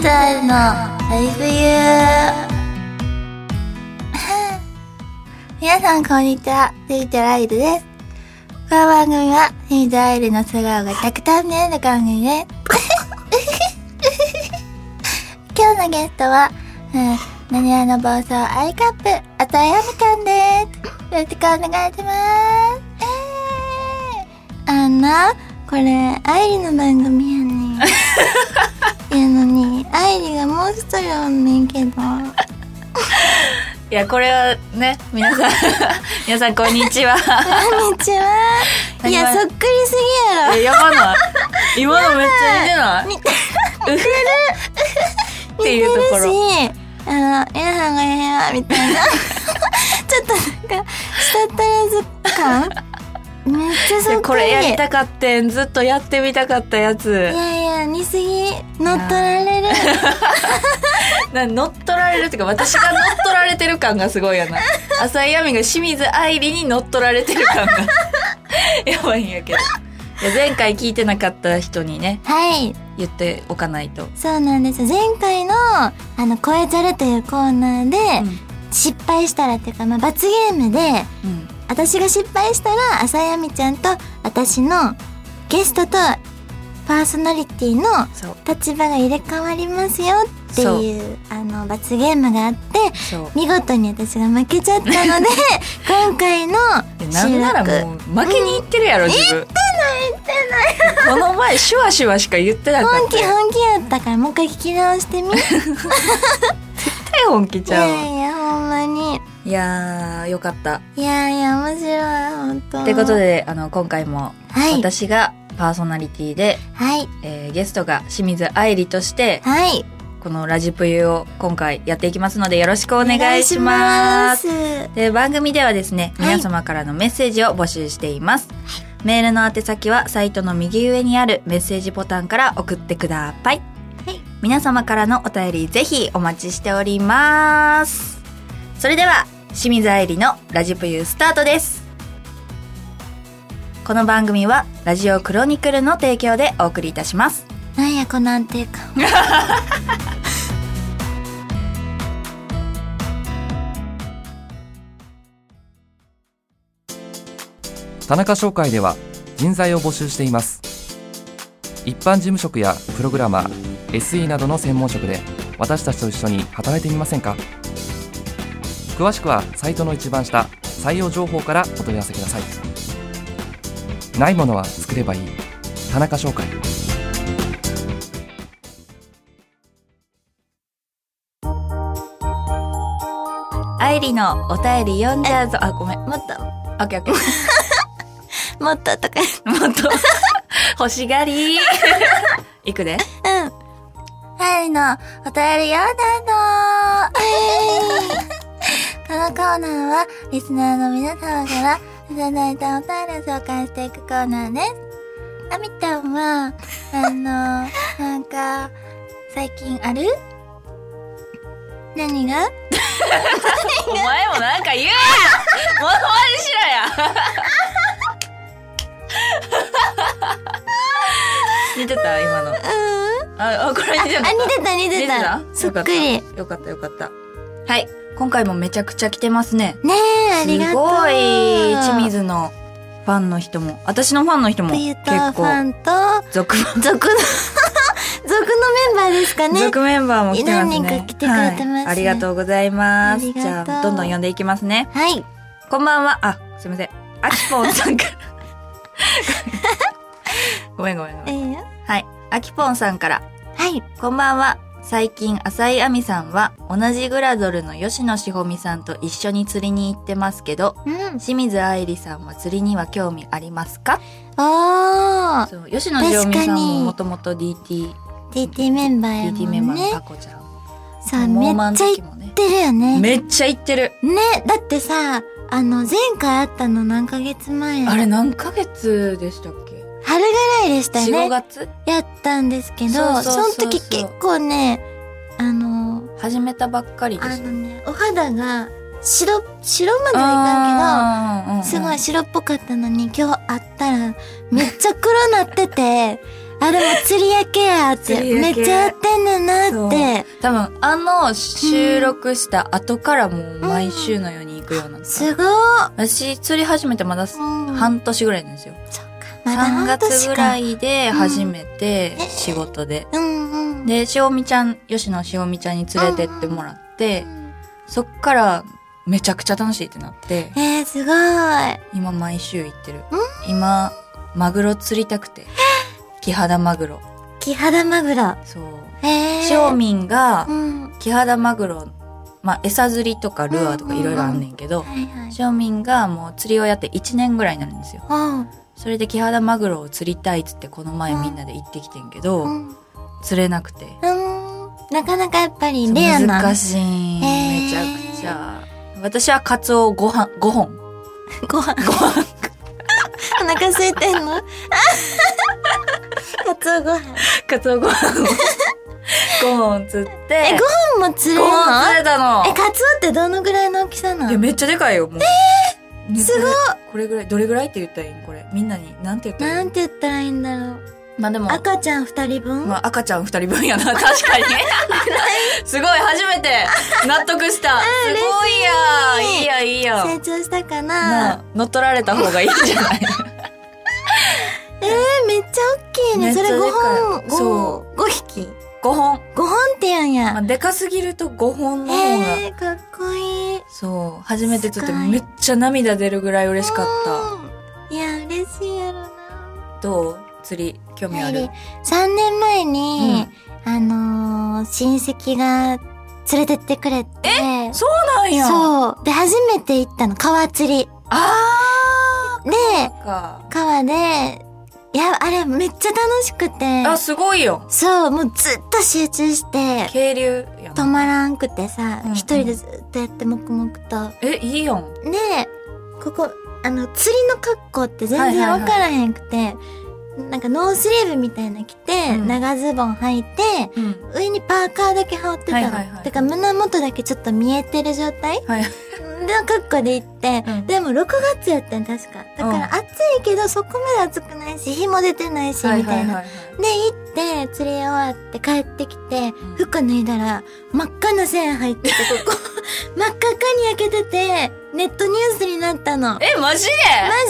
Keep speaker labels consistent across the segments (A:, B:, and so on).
A: タイのライブユー 皆さんこんにちは、ついてライルです。この番組は、ヒードアイルの素顔が100点見える番組です。 今日のゲストは、うん、なにわの暴走アイカップ、あとあやみかんです。よろしくお願いします。えー、あんな、これ、アイリの番組やねん。っていうのに、アイリがもう一人おんねん けど。
B: いや、これはね、皆さん、 皆さん、こんにちは。
A: こんにちは。いや、そっくりすぎやろ。
B: えやばない。今のめっちゃ似
A: 似て
B: てない。似てる。っていうところ
A: 似てるし、あの、皆さんがええわ、みたい な。ちょっとなんか、舌足らず感めっちゃ
B: い
A: そ
B: や
A: っ
B: こ
A: くり。
B: れやりたかってん、ずっとやってみたかったやつ
A: い。やいや、似すぎ。乗っ取られる。
B: な乗っ取られるっていうか、私が乗っ取られてる感がすごいやな。浅井亜美が清水愛理に乗っ取られてる感が、 やばいんやけど。いや前回聞いてなかった人にね、
A: はい。
B: 言っておかないと。
A: そうなんです。前回の、あの、超えざるというコーナーで、失敗したらっていうか、まあ、罰ゲームで、
B: うん。うん
A: 私が失敗したら、浅井亜美ちゃんと、私のゲストと、パーソナリティの
B: そう、
A: 立場が入れ替わりますよっていう、あの、罰ゲームがあって、
B: そう。
A: 見事に私が負けちゃったの で、今回の
B: いやなん
A: 収
B: なら
A: 録
B: もう、負けにいってるやろ、自分。
A: 言ってない
B: この前シュワシュワしか言ってなか
A: 本
B: っ
A: 気
B: たよ
A: 本気やったからもう一回聞き直してみい
B: 絶対本気ち
A: や
B: ゃうわ
A: いやほんまに
B: いやーよかった
A: いやいや面白い本当
B: ってことであの今回も
A: はい
B: 私がパーソナリティで、
A: はい
B: えーゲストが清水愛理として
A: はい
B: このラジプユを今回やっていきますのでよろしくお願いします
A: お願いしま
B: で番組ではですね、
A: はい
B: 皆様からのメッセージを募集しています、メールの宛先はサイトの右上にあるメッセージボタンから送ってください、
A: はい
B: 皆様からのお便りぜひお待ちしておりますそれでは清水愛理のラジプユースタートですこの番組はラジオクロニクルの提供でお送りいたします
A: すなんやこの安定感
C: 田中商会では人材を募集しています一般事務職やプログラマー SE などの専門職で私たちと一緒に働いてみませんか詳しくはサイトの一番下採用情報からお問い合わせくださいないものは作ればいい田中商会
B: 愛理のお便り読んじゃうぞあごめん
A: もっと
B: オッケーオッケー
A: もっととか
B: もっと 欲しがりいくで
A: うんはいのお便りよだの このコーナーはリスナーの皆様からいただいたお便りを紹介していくコーナーですあみちゃん は、あの、なんか、最近ある何が
B: お前もなんか言えやモノマネしろや 似てた今の
A: うん。
B: ああこれ
A: あ、
B: 似てた
A: 似てた似てた。そっくり。ね
B: よかったよかったよかったはい今回もめちゃくちゃ来てますね
A: え、ありがとう。
B: すごい清水のファンの人も私のファンの人も
A: 冬
B: 結
A: とファ
B: 構
A: ンと、
B: 続ファン
A: 族の、族のメンバーですかね。
B: 続メンバーも来てますね
A: 何人か来てくれてますね
B: はいありがとうございま
A: あり
B: す
A: が
B: じ
A: とう
B: ゃあどんどん呼んでいきますね
A: はい。
B: こんばんは。あ、すいません。アキポンさ んから。ごめんごめんご
A: え
B: めん。
A: ー、
B: はい。アキポンさんから。
A: はい。
B: こんばんは。最近、浅井亜美さんは、同じグラドルの吉野志保美さんと一緒に釣りに行ってますけど、
A: うん。
B: 清水愛理さんは釣りには興味ありますか
A: おー。
B: そう吉野志保美
A: 確
B: さ
A: か
B: ん
A: に
B: ももともと DT、
A: DT メンバーやもんね。
B: DT メンバーのタコちゃん。
A: さあ、め
B: モ
A: っ
B: ーマン
A: ちゃ
B: の
A: 行
B: 時もね
A: っ。てるよね。
B: めっちゃ行ってる。
A: ね、だってさ、あの、前回あったの何ヶ月前
B: あれ何ヶ月でしたっけ
A: 春ぐらいでした
B: ?4、5
A: よね。
B: 月
A: やったんですけど、
B: そ
A: そう
B: そうそうそう
A: の時結構ね、あの、
B: 始めたばっかりで
A: あ
B: した。
A: のね、お肌が白、白まではいかん
B: うんうんうん
A: けど、すごい白っぽかったのに、今日会ったら、めっちゃ黒なってて、ああ、でも釣り屋ケアっ
B: 釣
A: て
B: り屋
A: めっ
B: ケア
A: ちゃやってんねんなって。
B: 多分あの収録した後からもう毎週のように行くようなんです、
A: すごい。
B: 私釣り始めてまだ
A: うん
B: 半年ぐらいなんですよ、
A: そっか。まだ
B: 3
A: 半
B: 月
A: 年
B: ぐら
A: か。
B: いで初めて
A: うんえ
B: 仕事で、
A: うんうん。
B: でしおみちゃん吉野しおみちゃんに連れてってもらって、そっからめちゃくちゃ楽しいってなって
A: えー、すごい。
B: 今毎週行ってる、今マグロ釣りたくてキハダマグロ
A: キハダマグロ。
B: そう
A: えー。
B: しおみんが
A: うん。は
B: キハダマグロまあ餌釣りとかルアーとかいろいろあんねんけど、
A: いはい。
B: しおみんがもう釣りをやって1年ぐらいになるんですよ
A: うん。
B: それでキハダマグロを釣りたいっつってこの前みんなで行ってきてんけど、
A: うん。
B: 釣れなくて
A: うんなかなかやっぱりレアな。
B: 難しい、
A: へー
B: めちゃくちゃ私はカツオ5本5本
A: ご飯。
B: ご飯
A: お腹空いてんの あカツオご飯。
B: カツオ5本 を5本釣って
A: え、ご飯も釣
B: 5
A: れるの
B: 本釣れたの
A: え、カツオってどのぐらいの大きさなの
B: いやめっちゃでかいよもう、え
A: すごい
B: これぐらいどれぐらいって言ったらいいんこれみんなになんて言ったら
A: ない
B: い
A: んて言ったらいいんだろう。
B: まあでも
A: 赤ちゃん二人分、
B: まあ、赤ちゃん二人分やな、確かに。 すごい、初めて納 得した。すごいや
A: 嬉しい
B: いいやん、いいやん。
A: 成長したか
B: な
A: な
B: あ乗っ取られた方がいいんじゃ ない
A: えー、めっちゃ大きいね。
B: めっち
A: そ
B: ゃ
A: れ
B: でか
A: 5
B: い
A: 本、
B: そ
A: 5、5匹。
B: ?5 本。
A: 5本って言うん
B: ま
A: や
B: あ、。でかすぎると5本の方が。
A: えー、かっこいい。
B: そう、初めてちょっ
A: す
B: と
A: ごい
B: めっちゃ涙出るぐらい嬉しかっ
A: うん。いや、嬉しいやろな。
B: た。どう釣り、興味ある
A: はい3年前に、あのー親戚が連れてってくれて。
B: そうなんや。
A: そう。で、初めて行ったの。川釣り。
B: あ
A: で、
B: ーか。
A: 川で、いや、あれめっちゃ楽しくて。
B: あ、すごいよ。
A: そう、もうずっと集中して、
B: 渓流や
A: 止
B: な。
A: まらんくてさ
B: うんう、ん
A: 一、人でずっとやって黙々と。
B: え、いいやん。
A: で、ここ、あの、釣りの格好って全然わからへんくて、なんかノースリーブみたいなの着て、
B: うん
A: 長ズボン履いて、
B: うん。
A: 上にパーカーだけ羽織ってたの。
B: はいはいはい
A: だから胸元だけちょっと見えてる状態
B: はい。
A: の格好で行って、
B: うん
A: でも6月やったん確か。だから暑いけどそこまで暑くないし、日も出てないし、みたいな。
B: い。
A: で、行って、釣り終わって帰ってきて
B: ん、
A: 服脱いだら、真っ赤な線入ってて、ここ、 真っ赤っかに焼けてて、ネットニュースになったの。マ
B: え、マジで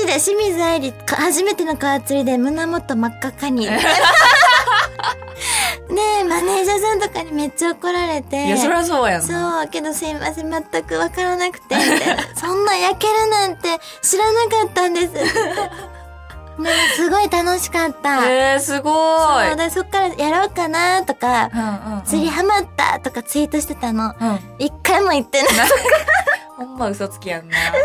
A: ジで清水愛理、か初めての川釣りで胸元真っ赤っか に。で、マネージャーさんとかにめっちゃ怒られて。
B: いや、そりゃそうやんな。
A: そう、けどすいません、全くわからなくて、みたい なそんな焼けるなんて知らなかったんですって。もうすごい楽しかった。
B: えー、すごい。
A: そうで、そっからやろうかなとか、
B: うんうんうん、
A: 釣りハマったとかツイートしてたの。
B: うん。
A: 一回も行ってない。
B: ほんま嘘つきや んな。
A: つけじ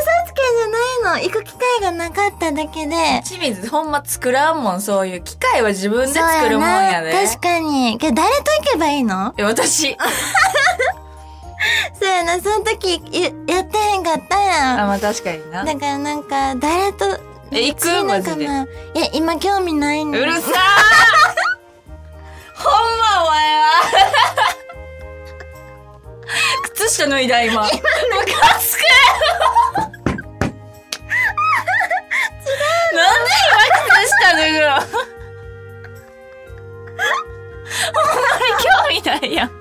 A: ゃないの。行く機会がなかっただけで。
B: 清水ほんま作らんもん、そういう機械は自分で作るもんやで。
A: そう確かに。けど誰と行けばいいの
B: え、私。
A: そうやな、その時ややってへんかったや
B: あ、
A: ん。
B: まあ確かにな。
A: だからなんか、誰と、
B: え行く
A: 釣り
B: マジで
A: 仲間いや、今興味ないの。
B: うる さーほんまお前は 靴下脱いだ今。今ムカつくなんで今靴下脱ぐのほんまに興味ないやん。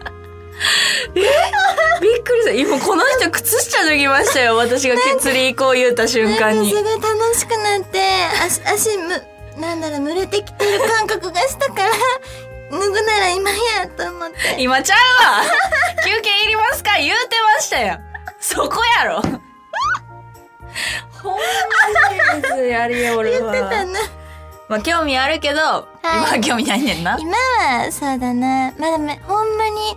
B: えびっくりした。今この人靴下脱ぎましたよ。私が釣り行こう言うた瞬
A: なんか
B: 間
A: す
B: に
A: ご。い楽しくなって、足、足む、なんだろう、濡れてきてる感覚がしたから、 脱ぐなら今やと思って。
B: 今ちゃうわ休憩いりますか言うてましたやんそこやろほんまに別やりよ俺
A: 言ってた
B: は
A: な。
B: まあ興味あるけど、今は興味ないねんな
A: 今は、そうだな。まだめ、ほんまに、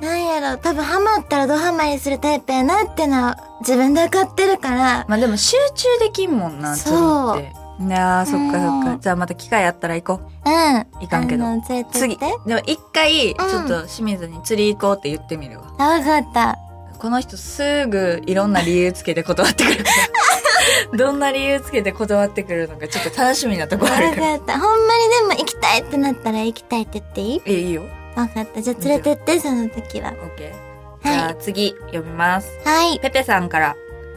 A: なんやろ、多分ハマったらドハマりするタイプやなってのは自分で分かってるから、
B: まあでも集中できんもんな
A: そう
B: 釣りってなあそっかそっ
A: う
B: か
A: ん
B: じゃあまた機会あったら行こ
A: う
B: う
A: ん。
B: いかんけど
A: あの連れて
B: 次
A: って。
B: でも一回ちょっと清水に釣り行こうって言ってみるわ、
A: あ、わかった。
B: この人すぐいろんな理由つけて断っ てくるからどんな理由つけて断ってくるのかちょっと楽しみなとこあ
A: わ
B: るから
A: かった。ほんまにでも行きたいってなったら行きたいって言っていい
B: えいいよ
A: わかった。じゃあ連れてって、その時は。
B: オッケーじゃ
A: は
B: あ次読みます。
A: い。はい。
B: ペペさんから。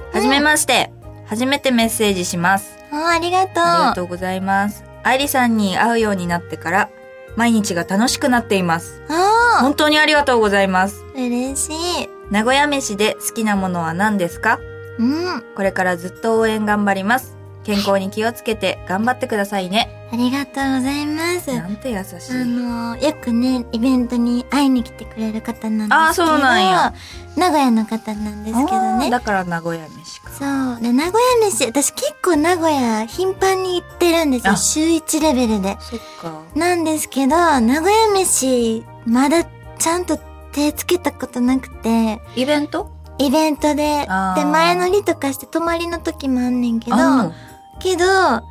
A: うん
B: はじめまして。初めてメッセージします。
A: あありがとう。
B: ありがとうございます。愛理さんに会うようになってから、毎日が楽しくなっています。
A: あ
B: 本当にありがとうございます。
A: ー、嬉しい。
B: 名古屋飯で好きなものは何ですか
A: うん。あ
B: これからずっと応援頑張ります。健康に気をつけて頑張ってくださいね。
A: りがとうございます。あ
B: なんて優しい。
A: のー、よくね、イベントに会いに来てくれる方なんですけど。
B: あーそうなんや。
A: 名古屋の方なんですけど
B: あー
A: ね。
B: だから名古屋飯か。
A: そう。で、名古屋飯、私結構名古屋頻繁に行ってるんですよ。
B: あ
A: 週1レベルで。
B: そっか。
A: なんですけど、名古屋飯、まだちゃんと手つけたことなくて、
B: イベント
A: イベントで、
B: あー
A: で、前乗りとかして泊まりの時もあんねんけど、
B: あ
A: けど、なん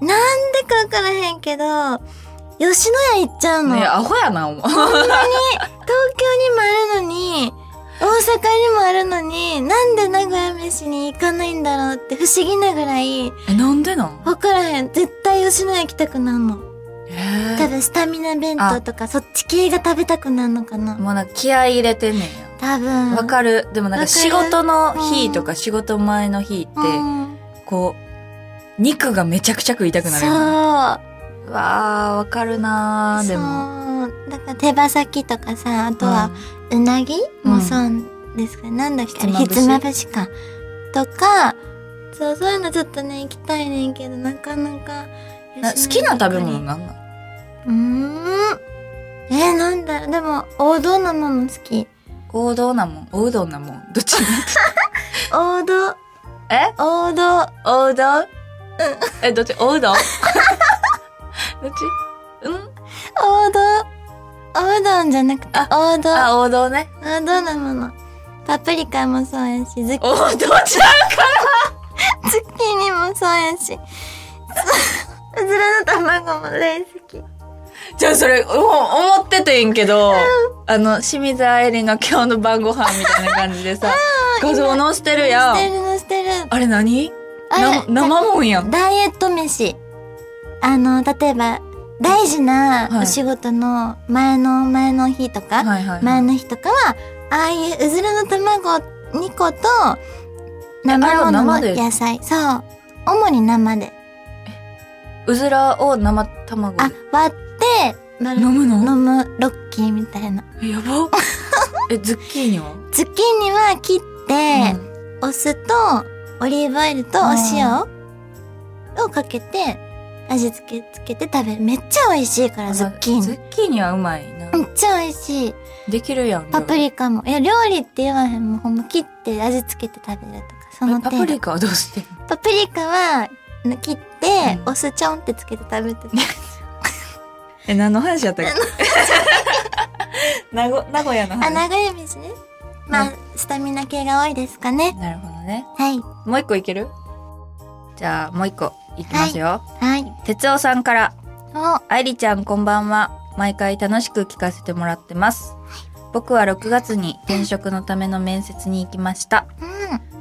A: でかわからへんけど、吉野家行っちゃう
B: うん
A: の。
B: ねえ
A: 東
B: アホやな、お前。
A: 京にもあるのに、大阪にもあるのに、なんで名古屋飯に行かないんだろうって不思議なぐらい、
B: え、なんでなん
A: わからへん。絶対吉野家行きたくなるの。
B: え
A: 多分スタミナ弁当とかそっち系が食べたくなるのかな。
B: もうなんか気合い入れてんねんや。
A: 多分。
B: わかる。でもなん
A: わか
B: か
A: る
B: 仕事の日とか仕事前の日って、
A: うん
B: こう、肉がめちゃくちゃ食いたくなる
A: そ
B: よね。
A: う。
B: わあ、わかるなーでも。
A: そう。だから手羽先とかさ、あとはうなぎ
B: うん
A: もそうですか、なんだっけあれ
B: ひ
A: ひ
B: つ
A: つ
B: ま
A: ま
B: ぶ
A: ぶしか。とか、そう、そういうのちょっとね、行きたいねんけど、なかなか。
B: うんな好きな食べ物
A: う
B: なんなん
A: ーん。えー、なんだろう。でも、王道なもの好き。
B: 王道なもん、おうどんなもん。どっち
A: 王道、
B: え
A: 王道。
B: おうどんえ、どっちおうどんどっちうん
A: 王道。おうどんじゃなくて、
B: あ
A: 王道。
B: あ、王道ね。
A: 王道なもの。パプリカもそうやし、ズッキ
B: 王道ち
A: ズ
B: ゃ
A: ッキーニもそう やし。うずらの卵も大好き。
B: じゃあそれ、うん思っててんけど、あの、清水愛理の今日の晩ご飯みたいな感じでさ、画像載せてるや
A: して
B: ん。
A: るのしてる。
B: あれ何
A: あ
B: な
A: れ
B: 生もんやん。
A: ダイエット飯。あの、例えば、大事な
B: はい
A: お仕事の前の前の日とか、
B: はいはいは
A: 前
B: い。
A: の日とかは、ああいううずらの卵2個と、
B: あれ
A: 生
B: は
A: ものの
B: 生で
A: 野菜。そう。主に生で。
B: うずらを生卵で
A: あ、割って、なる
B: 飲むの
A: 飲むロッキーみたいな。
B: えやばえ、ズッキーニは
A: ズッキーニは切って、お酢とオリーブオイルとお塩をかけて味付けつけて食べるめっちゃ美味しいか
B: う
A: ら
B: ん
A: ズッキー
B: ズ
A: ニ
B: ッキーニはうまいな。
A: めっちゃ美味しい
B: できるやん。
A: パプリカもいや料理って言わへんもうほんま切って味付けて食べるとかそ
B: 料理
A: の
B: えパ
A: 程
B: プ
A: 度
B: リカはどうしてんの
A: パプリカは切って、
B: うん
A: お酢ちょんってつけて食べてた
B: え、何の話やったっけ 名古名古屋の
A: あ
B: 話。
A: 長い飯ねまあ、
B: う
A: スタミナ系が多いですかね
B: なるほどね。
A: はい
B: もう一個いけるじゃあ、もう一個いきますよ。
A: はい
B: 哲夫さんから、
A: お
B: 愛理ちゃんこんばんは。毎回楽しく聞かせてもらってます。僕は6月に転職のための面接に行きました。
A: う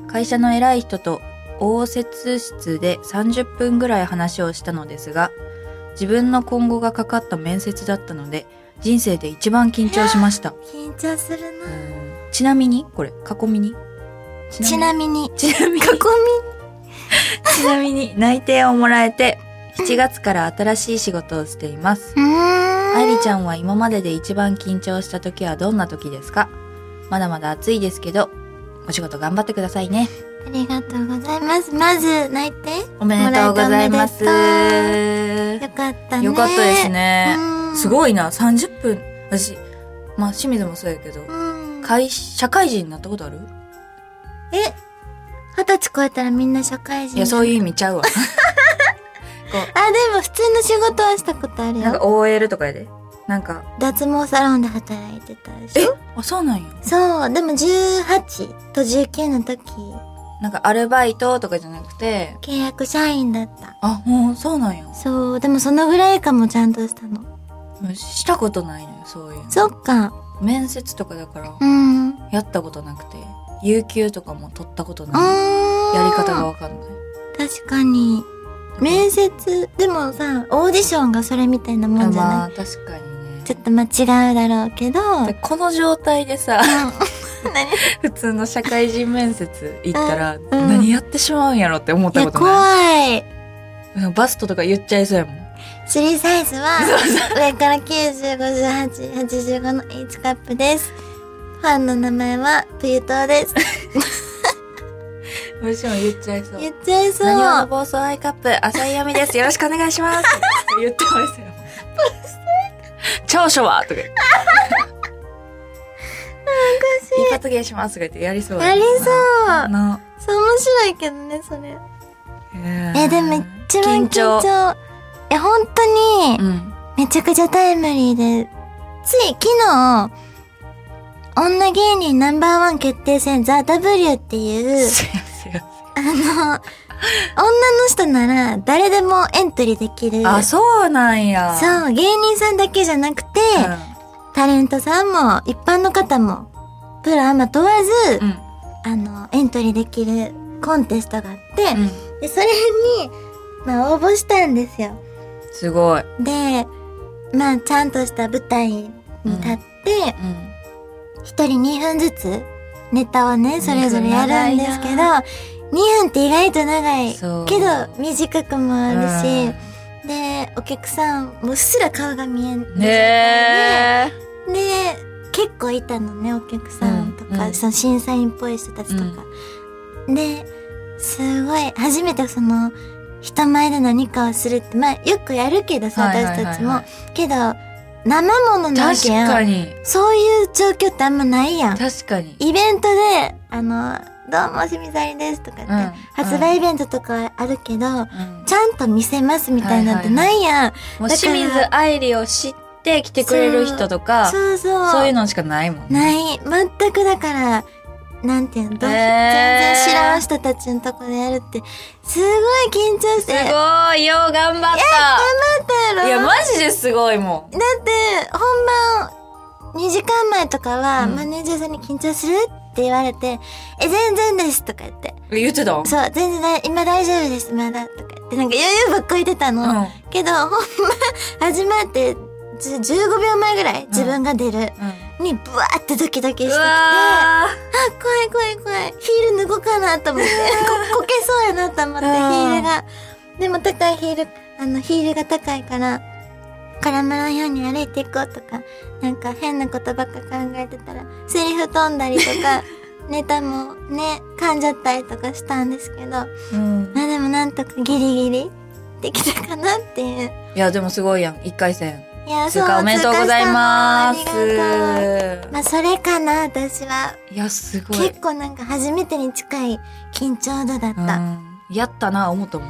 A: ん
B: 会社の偉い人と応接室で30分ぐらい話をしたのですが、自分の今後がかかった面接だったので、人生で一番緊張しました。
A: 緊張する
B: う
A: なん
B: ちなみに、これ、囲みに
A: ちなみに
B: ちなみに
A: 囲み、
B: ちなみに内定をもらえて、7月から新しい仕事をしています。
A: うーん
B: 愛理ちゃんは今までで一番緊張した時はどんな時ですかまだまだ暑いですけど、お仕事頑張ってくださいね。
A: ありがとうございます。まず、泣いて。
B: おめでとうございます。
A: も
B: よ
A: よかったね。
B: かったですね。
A: うん。
B: す
A: い。
B: ごいな、30分。私、まあ清水もそうやけど、
A: うん。
B: 会社会人になったことある
A: え二十歳超えたらみんな社会人。
B: いや、そういう意味ちゃ うわ。
A: あ、でも普通の仕事はしたことある
B: なんか
A: よ。
B: OL とかやで。なんか、
A: 脱毛サロンで働いてたでし
B: え
A: ょ
B: あ、そうなんや。
A: そう。でも18と19の時、
B: なんかアルバイトとかじゃなくて、
A: 契約社員だった。
B: あ、もうそうなんや。
A: そう。でもそのぐらいかもちゃんとしたの。
B: したことないのよ、そういうの。
A: そっか。
B: 面接とかだから
A: う、ん。うーん。
B: やったことなくて、有給とかも取ったことない。やり方がわかんない。
A: 確かに。面接、でもさ、オーディションがそれみたいなもんじゃない、
B: まあ、確かにね。
A: ちょっと間違うだろうけど、
B: でこの状態でさ、 普通の社会人面接行ったら、何やってしまうんやろって思っ
A: い
B: た
A: や、
B: ことな
A: 怖い。
B: い。うんバストとか言っちゃいそうやもん。
A: スリーサイズは、上から90、58、85の H カップです。ファンの名前は、プユトウです。
B: 私も言っちゃいそう
A: 言っちゃいそう。
B: 何話の暴走アイカップ、浅井亜美です。よろしくお願いします。 って言ってますよ。長所はとか言って。一発芸しますとか言ってやりそう
A: やりそう
B: あの、
A: そう、面白いけどね、それ。
B: え
A: え、でもめっちゃ緊張。
B: 緊張
A: え、本当に、
B: うん。
A: めちゃくちゃタイムリーで、つい昨日、女芸人ナンバーワン決定戦ザ・ W っていう、
B: すいません
A: あの、女の人なら誰でもエントリーできる。
B: あ、そうなんや。
A: そう、芸人さんだけじゃなくて、タレントさんも、一般の方も、プロあんま問わず、
B: うん。
A: あの、エントリーできるコンテストがあって、
B: うん。うん。
A: で、それに、まあ応募したんですよ。
B: すごい。
A: で、まあちゃんとした舞台に立って、
B: うん。
A: 一、人2分ずつ、ネタをね、それぞれやるんですけど、2
B: 長いな
A: 分って意外と長い。
B: そう
A: けど、短くもあるし
B: うん、
A: で、お客さん、もうっすら顔が見えない。
B: ねえ。
A: で結構いたのねお客さんとか、
B: うん
A: その審査員っぽい人たちとか、ですごい初めてその人前で何かをするってまあよくやるけどさ
B: はいは
A: 私
B: いはい
A: たちも、
B: はい
A: けど生ものなわ
B: 確
A: けや
B: か
A: ん
B: に。
A: そういう状況ってあんまないやん
B: 確かに。
A: イベントで「あのどうも清水ありです」とかって、
B: うん
A: 発売イベントとかはあるけど、
B: うん
A: ちゃんと見せますみたいなんてないやん、
B: もう
A: だから
B: 清水愛理を知って来てくれる人とか、そう
A: そうそう
B: いうのしかないもんね。
A: ない。全くだから、なんていうの、どう
B: へー
A: 全然知らん人たちのとこでやるって、すごい緊張し
B: す
A: て。
B: ご
A: 頑張っ
B: いよう頑張ったたい
A: や
B: や、
A: ろ
B: マジですごいもん。
A: だって、本番、2時間前とかは、
B: うん
A: マネージャーさんに緊張するって言われて、え、全然ですとか言って。
B: え言ってたん
A: そう、全然だ、今大丈夫です、まだ、とか言って、なんか余裕ぶっこいてたの。
B: うん。
A: けど、ほんま、 始まって、じゅ15秒前ぐらい、自分が出る、に、ブワーってドキドキしてき
B: う
A: て、
B: わ
A: あ、怖い怖い怖い。ヒール脱ごうかなと思って。こ、こけそうやなと思って、
B: う
A: ヒ
B: ん
A: ールが。でも高いヒール、あの、ヒールが高いから、絡まらんように歩いていこうとか、なんか変なことばっか考えてたら、セリフ飛んだりと か、ネタもね、噛んじゃったりとかしたんですけど、ま
B: ーうん
A: あでもなんとかギリギリできたかなっていう。
B: いや、でもすごいやん。一回戦。
A: いや、
B: 通過おめでとうございます
A: 通過したのありがと。うまあそれかな、私は。
B: いや、すごい
A: 結。構なんか初めてに近い緊張度だっ
B: う
A: た。
B: んやったな、思ったもん。